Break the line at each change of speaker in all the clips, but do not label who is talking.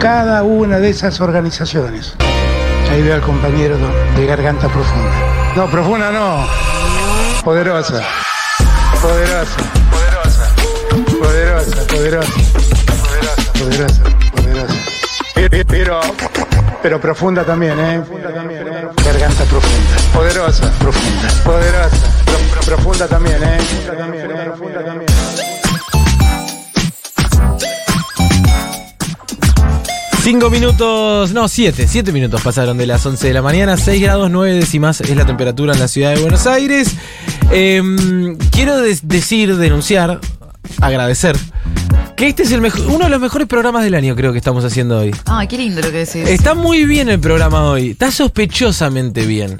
cada una de esas organizaciones. Ahí veo al compañero de garganta profunda. No, profunda no. Poderosa. Poderosa. Poderosa. Poderosa, poderosa. Poderosa, poderosa. Pero, pero profunda también, ¿eh? Garganta profunda. Poderosa. Profunda. Poderosa. Pro- Profunda también, ¿eh? Profunda también.
Cinco minutos, no, siete, siete minutos pasaron de las 11 de la mañana, 6 grados 9 décimas es la temperatura en la ciudad de Buenos Aires. Em, quiero des- decir, denunciar, agradecer, que este es el mejo- uno de los mejores programas del año creo que estamos haciendo hoy.
Ay, qué lindo lo que decís.
Está muy bien el programa hoy, está sospechosamente bien.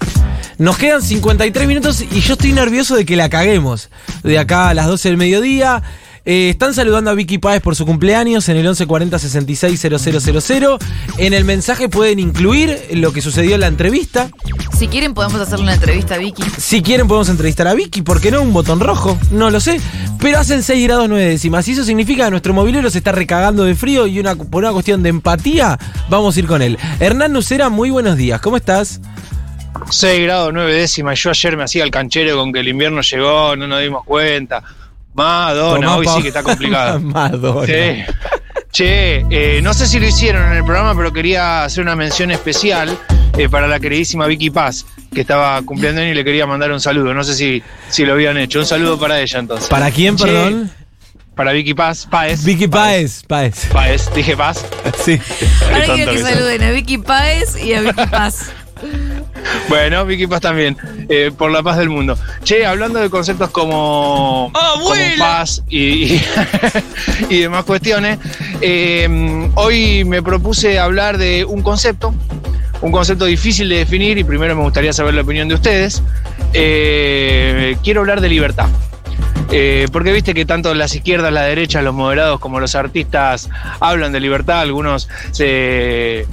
Nos quedan 53 minutos y yo estoy nervioso de que la caguemos. De acá a las 12 del mediodía. Eh, están saludando a Vicky Páez por su cumpleaños en el 1140-660000. En el mensaje pueden incluir lo que sucedió en la entrevista.
Si quieren podemos hacerle una entrevista a Vicky.
Si quieren podemos entrevistar a Vicky, ¿por qué no? Un botón rojo, no lo sé. Pero hacen 6 grados 9 décimas. Y eso significa que nuestro movilero se está recagando de frío y una, por una cuestión de empatía vamos a ir con él. Hernán Nucera, muy buenos días, ¿cómo estás?
6 grados 9 décimas. Yo ayer me hacía el canchero con que el invierno llegó, no nos dimos cuenta. Madonna,
Tomá,
hoy
pa-
sí que está complicado.
Madonna.
Sí. Che, eh, no sé si lo hicieron en el programa, pero quería hacer una mención especial eh, para la queridísima Vicky Paz, que estaba cumpliendo años y le quería mandar un saludo. No sé si, si lo habían hecho. Un saludo para ella entonces.
¿Para quién,
Che,
perdón?
Para Vicky Paz, Páez.
Vicky Páez, Páez.
Páez, dije Paz.
Sí.
Ahora
Tanto
quiero que
que son.
saluden a Vicky Páez y a Vicky Paz.
Bueno, Vicky Paz también, eh, por la paz del mundo. Che, hablando de conceptos como, como paz y, y- y demás cuestiones, eh, hoy me propuse hablar de un concepto, un concepto difícil de definir y primero me gustaría saber la opinión de ustedes. Eh, quiero hablar de libertad. Eh, porque viste que tanto las izquierdas, las derechas, los moderados como los artistas hablan de libertad, algunos se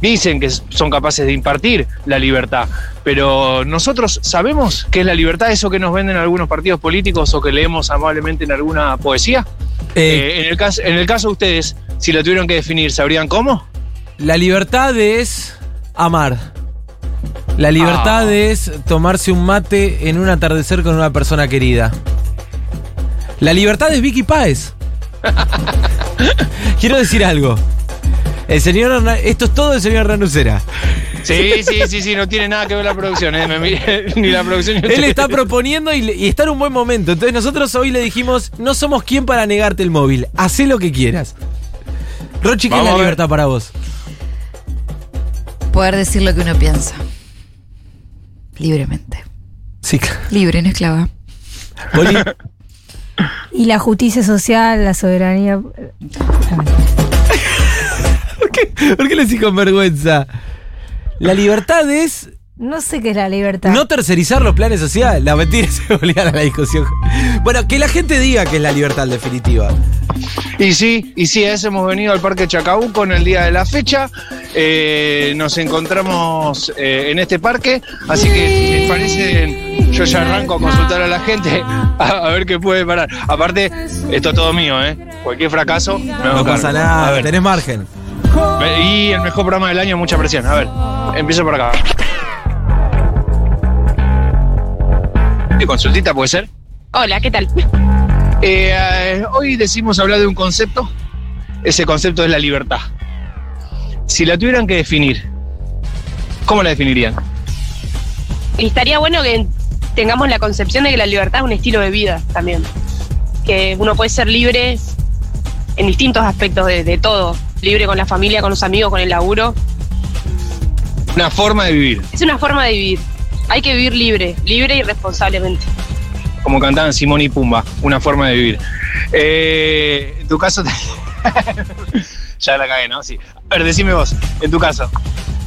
dicen que son capaces de impartir la libertad, pero nosotros sabemos que es la libertad eso que nos venden algunos partidos políticos o que leemos amablemente en alguna poesía.
Eh,
Eh, en, el caso, en el caso de ustedes, si lo tuvieran que definir, ¿sabrían cómo?
la libertad es amar. La libertad
Ah.
es tomarse un mate en un atardecer con una persona querida. La libertad es Vicky Páez. Quiero decir algo. El señor Hernán- esto es todo el señor Hernán Nucera.
Sí, sí, sí, sí, no tiene nada que ver la producción, eh, me miré, ni la producción. ni
Él está
ustedes.
proponiendo y, le- y está en un buen momento. Entonces nosotros hoy le dijimos, no somos quien para negarte el móvil. Hacé lo que quieras. Rochi, ¿qué es
Vamos a
la
ver.
libertad para vos?
Poder decir lo que uno piensa. Libremente.
Sí, claro.
Libre, no esclava.
Poli,
Y la justicia social, la soberanía.
¿por, qué, por qué le decís con vergüenza? La libertad es
No sé qué es la libertad.
no tercerizar los planes sociales. La mentira se volvía a la discusión. Bueno, que la gente diga que es la libertad en definitiva.
Y sí, y sí, a eso hemos venido al Parque Chacabuco en el día de la fecha. Eh, nos encontramos eh, en este parque, así que si les parece, yo ya arranco a consultar a la gente a, a ver qué puede parar. Aparte, esto es todo mío, ¿eh? Cualquier fracaso, me hago
No pasa
cargo.
nada,
A ver,
tenés margen.
ve- y el mejor programa del año, mucha presión. A ver, empiezo por acá. ¿Qué consultita puede ser?
Hola, ¿qué tal?
Eh, eh, hoy decimos hablar de un concepto. Ese concepto es la libertad. Si la tuvieran que definir, ¿cómo la definirían?
Y estaría bueno que tengamos la concepción de que la libertad es un estilo de vida también. Que uno puede ser libre en distintos aspectos de, de todo. Libre con la familia, con los amigos, con el laburo.
Una forma de vivir,
Es una forma de vivir. Hay que vivir libre, libre y responsablemente.
como cantaban Simón y Pumba, una forma de vivir. Eh, en tu caso, te- ya la cagué, ¿no? Sí. A ver, decime vos, en tu caso.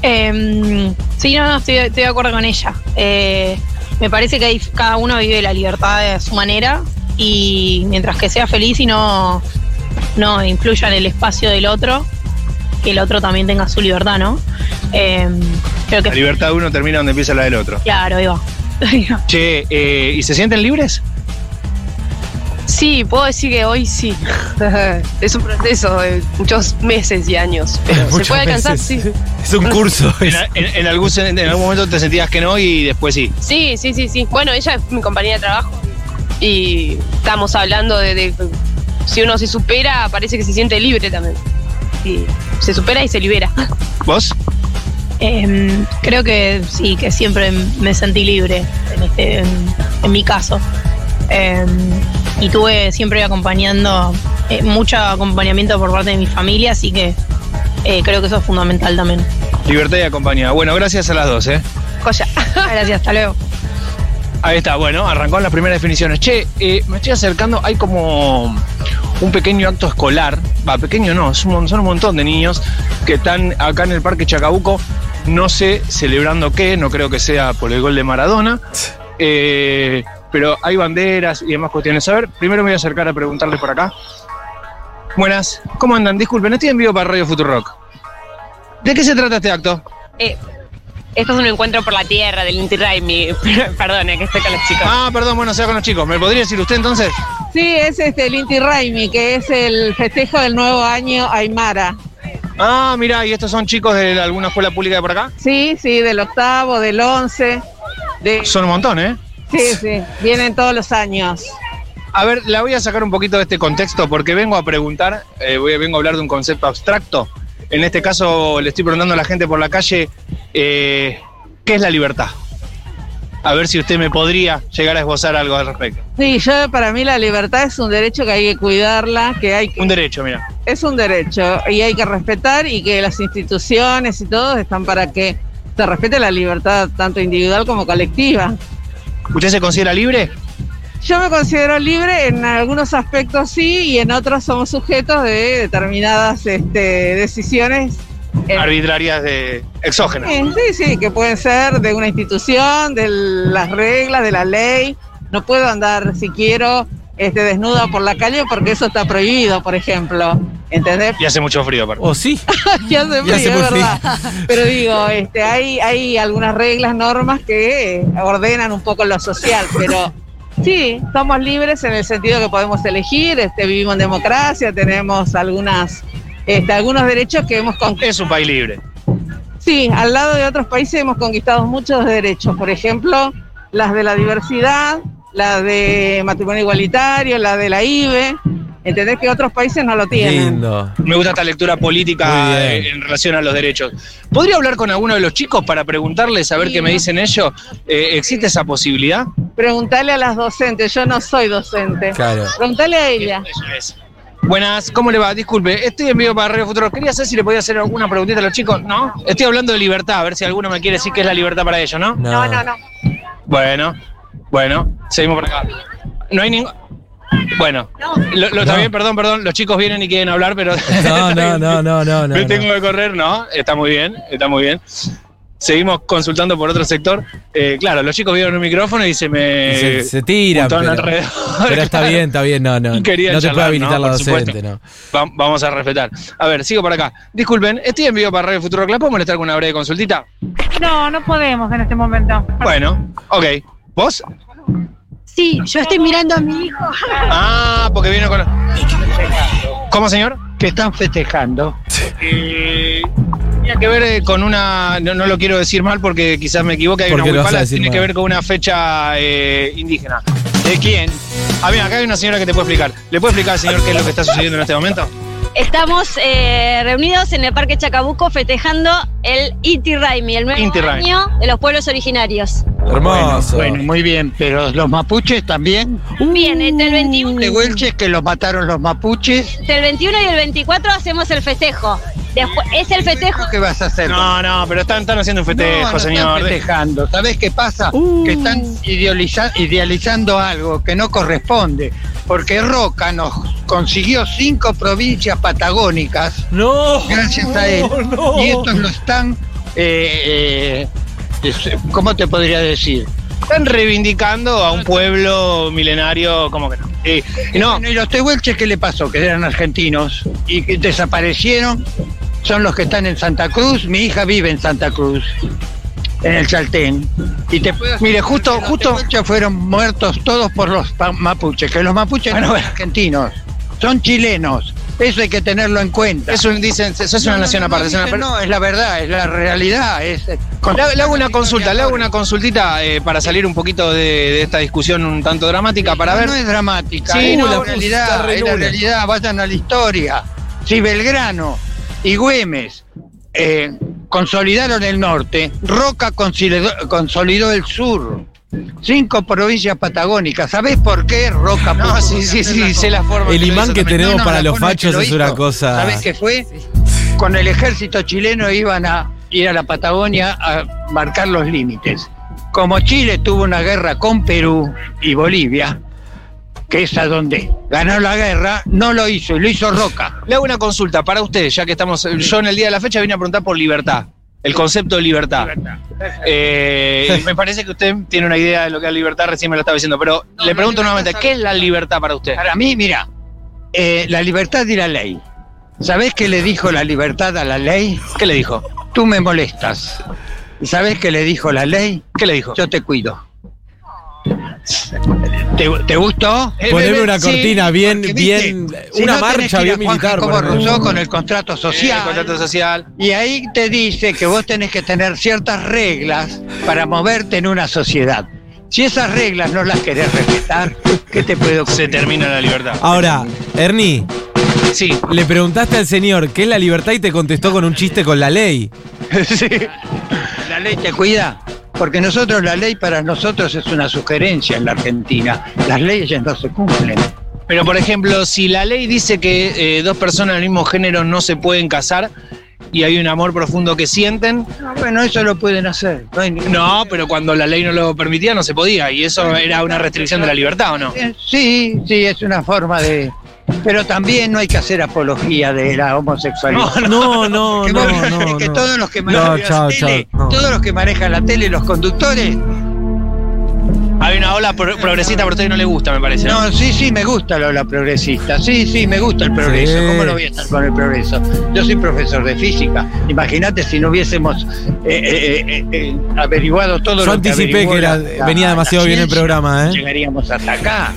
Eh, sí, no, no, estoy, estoy de acuerdo con ella. Eh, me parece que ahí cada uno vive la libertad de su manera y mientras que sea feliz y no, no influya en el espacio del otro, que el otro también tenga su libertad, ¿no? Eh, creo
La
que...
libertad de uno termina donde empieza la del otro.
Claro, ahí va.
Che, eh, ¿y se sienten libres?
Sí, puedo decir que hoy sí. es un proceso de muchos meses y años. pero ¿Se
Muchas
puede alcanzar?
veces.
Sí.
Es un curso.
En,
es-
en- en algún, sen- en algún momento te sentías que no y después sí.
Sí, sí, sí, sí. Bueno, ella es mi compañera de trabajo y estamos hablando de, de- si uno se supera, parece que se siente libre también. Y se supera y se libera.
¿Vos?
Em, creo que sí, que siempre me sentí libre en, este, en, en mi caso. Em, y tuve siempre acompañando, eh, mucho acompañamiento por parte de mi familia, así que eh, creo que eso es fundamental también.
Libertad y acompañada. Bueno, gracias a las dos, ¿eh?
Coya, gracias, hasta luego.
Ahí está, bueno, arrancó las primeras definiciones. Che, eh, me estoy acercando, hay como un pequeño acto escolar, va, pequeño no, es un mon- son un montón de niños que están acá en el Parque Chacabuco, no sé celebrando qué, no creo que sea por el gol de Maradona, eh, pero hay banderas y demás cuestiones. A ver, primero me voy a acercar a preguntarles por acá. Buenas, ¿cómo andan? Disculpen, estoy en vivo para Radio Futurock. ¿De qué se trata este acto?
Eh, Esto es un encuentro por la tierra del Inti Raimi. Perdona, eh, que estoy con los chicos.
Ah, perdón, bueno, sea con los chicos. ¿Me podría decir usted entonces?
Sí, es este, el Inti Raimi, que es el festejo del nuevo año Aymara.
Ah, mira, y estos son chicos de alguna escuela pública de por acá.
Sí, sí, del octavo, del once. De,
Son un montón, ¿eh?
sí, sí, vienen todos los años.
A ver, la voy a sacar un poquito de este contexto porque vengo a preguntar, eh, voy- vengo a hablar de un concepto abstracto. En este caso le estoy preguntando a la gente por la calle, eh, ¿qué es la libertad? A ver si usted me podría llegar a esbozar algo al respecto.
Sí, yo para mí la libertad es un derecho que hay que cuidarla, que hay que,
Un derecho, mira.
es un derecho y hay que respetar y que las instituciones y todos están para que se respete la libertad tanto individual como colectiva.
¿Usted se considera libre?
Yo me considero libre en algunos aspectos sí y en otros somos sujetos de determinadas este, decisiones. eh,
Arbitrarias de exógenas.
eh, sí, sí, que pueden ser de una institución, de las reglas, de la ley. No puedo andar si quiero este, desnuda por la calle porque eso está prohibido, por ejemplo. ¿Entendés?
Y hace mucho frío, aparte.
¿O Oh, sí?
Ya se
Ya se
frío, es
fue, sí.
verdad. Pero digo, este, hay, hay algunas reglas, normas que ordenan un poco lo social, pero sí, somos libres en el sentido que podemos elegir, este, vivimos en democracia, tenemos algunas, este, algunos derechos que hemos conquistado.
Es un país libre.
Sí, al lado de otros países hemos conquistado muchos derechos, por ejemplo, las de la diversidad, la de matrimonio igualitario, la de la IBE. Entendés que otros países no lo tienen.
Lindo.
Me gusta esta lectura
Muy
política
bien.
eh, en relación a los derechos. ¿Podría hablar con alguno de los chicos para preguntarles, a ver
Sí,
qué me
no.
dicen ellos? Eh, ¿Existe esa posibilidad?
Preguntale a las docentes, yo no soy docente.
Claro.
Preguntale a ella.
Eso es. Buenas, ¿cómo le va? Disculpe, estoy en vivo para Radio Futuro. Quería saber si le podía hacer alguna preguntita a los chicos. No, estoy hablando de libertad, a ver si alguno me quiere decir qué es la libertad para ellos, ¿no?
No, no,
Bueno, bueno, seguimos por acá. No hay ningún. Bueno, lo, lo- está
No.
bien, perdón, perdón. Los chicos vienen y quieren hablar, pero.
No, no, no, no, no. no,
Me
no.
tengo que correr, no, está muy bien, está muy bien. Seguimos consultando por otro sector. Eh, claro, los chicos vieron un micrófono y se me.
Se, se tira.
juntaron
Pero,
eh, alrededor.
pero está bien, está bien. No, no. No
Y
te
querían
puede
charlar,
habilitar
¿no?
la
Por supuesto.
docente, no.
Va- vamos a respetar. A ver, sigo por acá. Disculpen, estoy en vivo para Radio Futuro Club. ¿Puedo molestar con una breve consultita?
No, no podemos en este momento.
Bueno, ok. ¿Vos?
Sí, yo estoy mirando a mi hijo.
Ah, porque vino con. ¿Cómo, señor?
que están festejando.
Eh, Tiene que ver eh, con una. No, no lo quiero decir mal porque quizás me equivoque. Hay
¿Por
una
qué lo vas a
huipala,
decir
Tiene
mal?
que ver con una fecha eh, indígena. ¿De quién? Ah, mira, acá hay una señora que te puede explicar. ¿Le puede explicar, señor, qué es lo que está sucediendo en este momento?
Estamos eh, reunidos en el Parque Chacabuco festejando el Inti Raimi, el nuevo
Inti Raimi.
año de los pueblos originarios.
Hermoso.
Bueno, muy bien, pero los mapuches también. Uh,
Bien, eh, entre el 21,
De Huelches que los mataron los mapuches.
entre el 21 y el 24 hacemos el festejo. Después, es el festejo.
¿Qué vas a hacer?
No, no, pero están, están haciendo un
No,
festejo,
no
señor.
están festejando. ¿Sabés qué pasa?
Uh.
Que están idealiza- idealizando algo que no corresponde. Porque Roca nos consiguió cinco provincias patagónicas
No.
gracias a él.
no.
Y estos lo están, eh, eh, es- ¿cómo te podría decir?
Están reivindicando a un pueblo milenario, como que no. Sí. Y no,
Bueno, y los tehuelches, ¿qué le pasó? Que eran argentinos y que desaparecieron. Son los que están en Santa Cruz. Mi hija vive en Santa Cruz.
en el Chaltén. Y te puedo Mire, justo, justo. Los tehuelches fueron muertos todos por los pa- mapuches, que los mapuches no son argentinos, son chilenos. Eso hay que tenerlo en cuenta.
Es un- dicen, eso es una nación aparte, es una
dicen
per-
no, es la verdad, es la realidad. Es, eh,
Le, hago- le hago una consulta, le hago una consultita eh, para salir un poquito de, de esta discusión un tanto dramática para
no,
ver.
no es dramática,
Sí,
es
no,
la
la
realidad,
puta,
es la
reluna.
realidad, vayan a la historia. Si Belgrano y Güemes eh, consolidaron el norte, Roca consolidó, consolidó el sur. Cinco provincias patagónicas. ¿Sabés por qué Roca?
No,
pudo
sí, sí,
hacer
sí,
la
sé la forma.
El
lo
imán
hizo
que
también.
tenemos
No, no,
para
la
los
forma
fachos
que lo
es una
hizo.
cosa.
¿Sabés qué fue? Con el ejército chileno iban a ir a la Patagonia a marcar los límites. Como Chile tuvo una guerra con Perú y Bolivia, que es a donde ganó la guerra, no lo hizo, y lo hizo Roca.
Le hago una consulta para usted, ya que estamos. eh, Yo en el día de la fecha vine a preguntar por libertad, el concepto de libertad. Eh, y me parece que usted tiene una idea de lo que es libertad, recién me lo estaba diciendo, pero le pregunto nuevamente, ¿qué es la libertad para usted?
Para mí, mira, eh, la libertad y la ley. ¿Sabés qué le dijo la libertad a la ley?
¿Qué le dijo?
Tú me molestas. ¿Y sabés qué le dijo la ley?
¿Qué le dijo?
Yo te cuido. ¿Te, te gustó?
Eh,
Ponerle
bebé,
una
sí,
cortina bien,
Porque,
bien.
viste, si
Una
no tenés
marcha
que ir
bien
a Juan
militar.
Jacobo
para mí.
Rousseau con el contrato
Social.
social.
Eh, contrato social.
Y ahí te dice que vos tenés que tener ciertas reglas para moverte en una sociedad. Si esas reglas no las querés respetar, ¿qué te puede
Se
ocurrir?
termina la libertad.
Ahora, Ernie,
Ah, Sí.
le preguntaste al señor qué es la libertad y te contestó con un chiste con la ley.
La ley te cuida. Porque nosotros, la ley para nosotros es una sugerencia en la Argentina. Las leyes no se cumplen.
Pero, por ejemplo, si la ley dice que eh, dos personas del mismo género no se pueden casar y hay un amor profundo que sienten,
No, bueno, eso lo pueden hacer. No hay ningún-
no, pero cuando la ley no lo permitía no se podía y eso era una restricción de la libertad, ¿o no?
Eh, Sí, sí, es una forma de... Pero también no hay que hacer apología de la homosexualidad.
No, no, no.
Que vos me
no,
decís que
no.
todos los que
No,
manejan
chao,
la
chao,
tele,
no.
todos los que manejan la tele, los conductores,
Hay una ola pro- progresista, pero a usted no le gusta, me parece. ¿no?
no, sí, sí, me gusta la ola progresista, sí, sí, me gusta el progreso,
Sí.
¿cómo no voy a estar con el progreso? Yo soy profesor de física, imagínate si no hubiésemos eh, eh, eh, eh, averiguado todo
Yo
lo que
anticipé
averiguó
que era-
la- la-
venía demasiado
la
bien el
ciencia,
programa, ¿eh?
Llegaríamos hasta acá.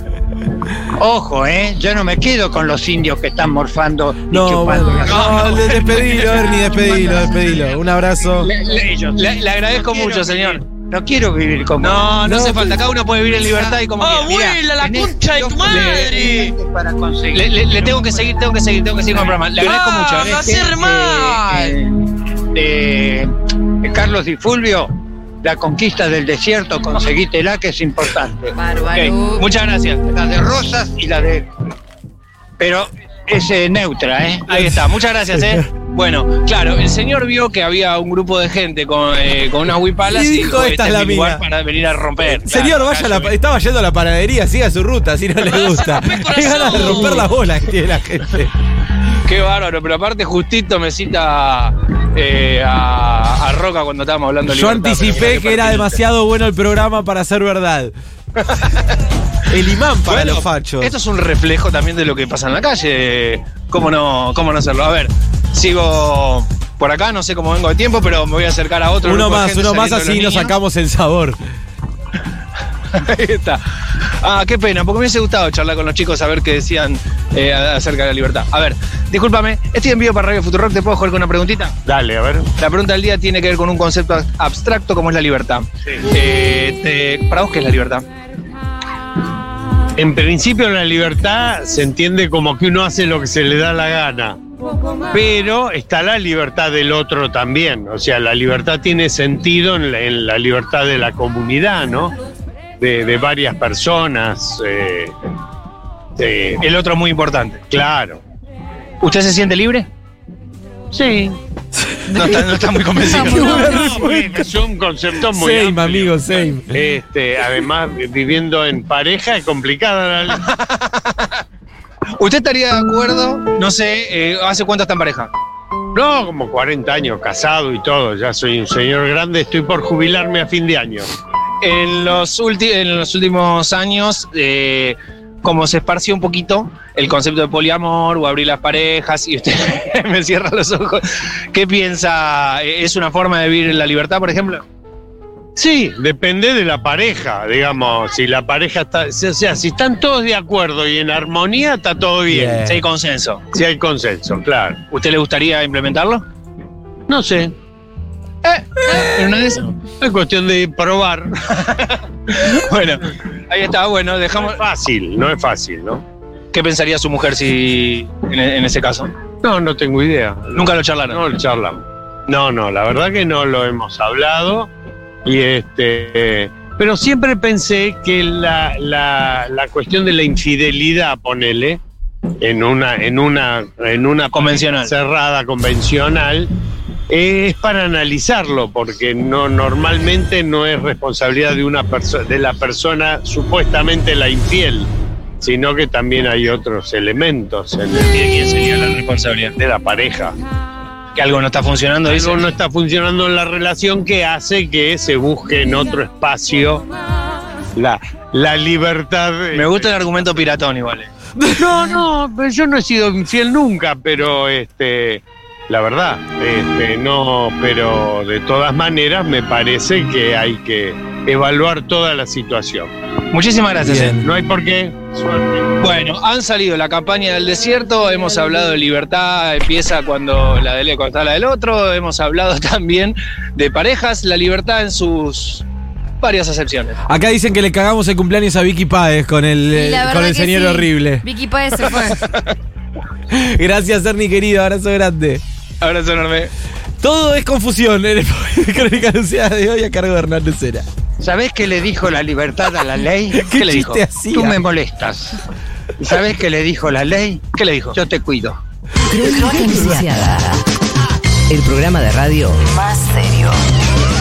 Ojo, ¿eh? Yo no me quedo con los indios que están morfando y
No,
chupando
bueno,
la-
no, de- despedilo, Ernie, despedilo, despedilo. Un abrazo.
Le- le- ellos.
Le, le agradezco
quiero
mucho, señor.
vivir- No quiero vivir como.
No, Oh, no,
No,
hace
pero-
falta. Cada uno puede vivir en libertad y como quiera. Mirá,
la concha de tu madre. Para conseguir.
le, le- le tengo que seguir, tengo que seguir, tengo que seguir con el programa. Le agradezco mucho. ¿eh? Este,
hacer mal. De,
eh,
de Carlos Di Fulvio, la conquista del desierto, conseguítela que es importante.
Bárbaro.
Ok, Muchas gracias.
La de Rosas y la de. Pero es eh, neutra, ¿eh?
Ahí está, muchas gracias, ¿eh? Bueno, claro, el señor vio que había un grupo de gente con, eh, con unas huipalas
Y dijo, "Esta es la
"Este mi lugar
mina".
para venir a romper.
Señor,
Claro,
vaya a la,
cállame.
estaba yendo a la panadería, siga su ruta si no le gusta. Hay ganas de romper las bolas que tiene la gente.
Qué bárbaro, pero aparte justito me cita eh, a, a Roca cuando estábamos hablando de
Yo
libertad, pero
anticipé
mirá
que era
pertinente.
demasiado bueno el programa para ser verdad. El imán para
Bueno,
los fachos.
Esto es un reflejo también de lo que pasa en la calle. ¿Cómo no, cómo no hacerlo? A ver, sigo por acá, no sé cómo vengo de tiempo, pero me voy a acercar a otro.
uno
grupo de
más,
gente
uno más
saliendo
así nos
los niños.
sacamos el sabor.
Ahí está. Ah, qué pena, porque me hubiese gustado charlar con los chicos a ver qué decían eh, acerca de la libertad. A ver, discúlpame, estoy en vivo para Radio Futurock, ¿te puedo jugar con una preguntita?
Dale, a ver.
La pregunta del día tiene que ver con un concepto abstracto como es la libertad. Eh, te- ¿Para vos qué es la libertad?
En principio la libertad se entiende como que uno hace lo que se le da la gana, pero está la libertad del otro también, o sea, la libertad tiene sentido en la, en la libertad de la comunidad, ¿no? De, de varias personas, eh, eh,
El otro es muy importante.
claro.
¿Usted se siente libre?
Sí.
No está, no está muy convencido.
es un concepto muy
Same,
amplio.
amigo, same.
Este, además, viviendo en pareja es complicada la
¿Usted estaría de acuerdo? No sé, eh, ¿hace cuánto está en pareja?
No, como 40 años, casado y todo, ya soy un señor grande, estoy por jubilarme a fin de año.
En los, ulti- en los últimos años, eh, como se esparció un poquito el concepto de poliamor o abrir las parejas, y usted me cierra los ojos, ¿qué piensa? ¿Es una forma de vivir la libertad, por ejemplo?
Sí, depende de la pareja, digamos. Si la pareja está. O sea, si están todos de acuerdo y en armonía, está todo bien.
Si hay consenso.
Si hay consenso, claro.
¿Usted le gustaría implementarlo? Eh,
No sé.
Pero no es eso.
Es cuestión de probar.
bueno, ahí está, bueno, dejamos.
fácil, no es fácil, ¿no?
¿Qué pensaría su mujer si en, en ese caso?
No, no tengo idea.
Nunca lo charlaron.
No lo charlamos. No, no, la verdad que no lo hemos hablado. Y este. eh, Pero siempre pensé que la, la- la cuestión de la infidelidad, ponele, en una, en una, en una
Convencional.
cerrada, convencional, eh, es para analizarlo, porque no, normalmente no es responsabilidad de una persona, de la persona supuestamente la infiel, sino que también hay otros elementos en el-
¿Y de quién sería la responsabilidad?
de la pareja.
Que algo no está funcionando, dice.
Algo no está funcionando en la relación que hace que se busque en otro espacio la, la libertad. eh,
Me gusta el argumento piratón igual. eh.
No, no, pero yo no he sido infiel nunca, pero este, la verdad, este, no, pero de todas maneras me parece que hay que evaluar toda la situación.
Muchísimas gracias. eh.
Bien.
No hay por qué. Suerte.
Bueno, han salido la campaña del desierto, hemos hablado de libertad, empieza cuando la del cuando está la del otro, hemos hablado también de parejas, la libertad en sus varias acepciones.
Acá dicen que le cagamos el cumpleaños a Vicky Páez con el,
Y la
eh,
verdad
con el
que
señor
sí.
horrible.
Vicky Páez se fue.
Gracias, Ernie querido, abrazo grande.
Abrazo enorme.
Todo es confusión en el Crónica Anunciada de hoy a cargo de Hernández Cera.
¿Sabés qué le dijo la libertad a la ley?
¿Qué le dijo? chiste hacía?
Tú me molestas. ¿Y sabés qué le dijo la ley?
¿Qué le dijo?
Yo te cuido.
Crónica Anunciada. El programa de radio
Más serio.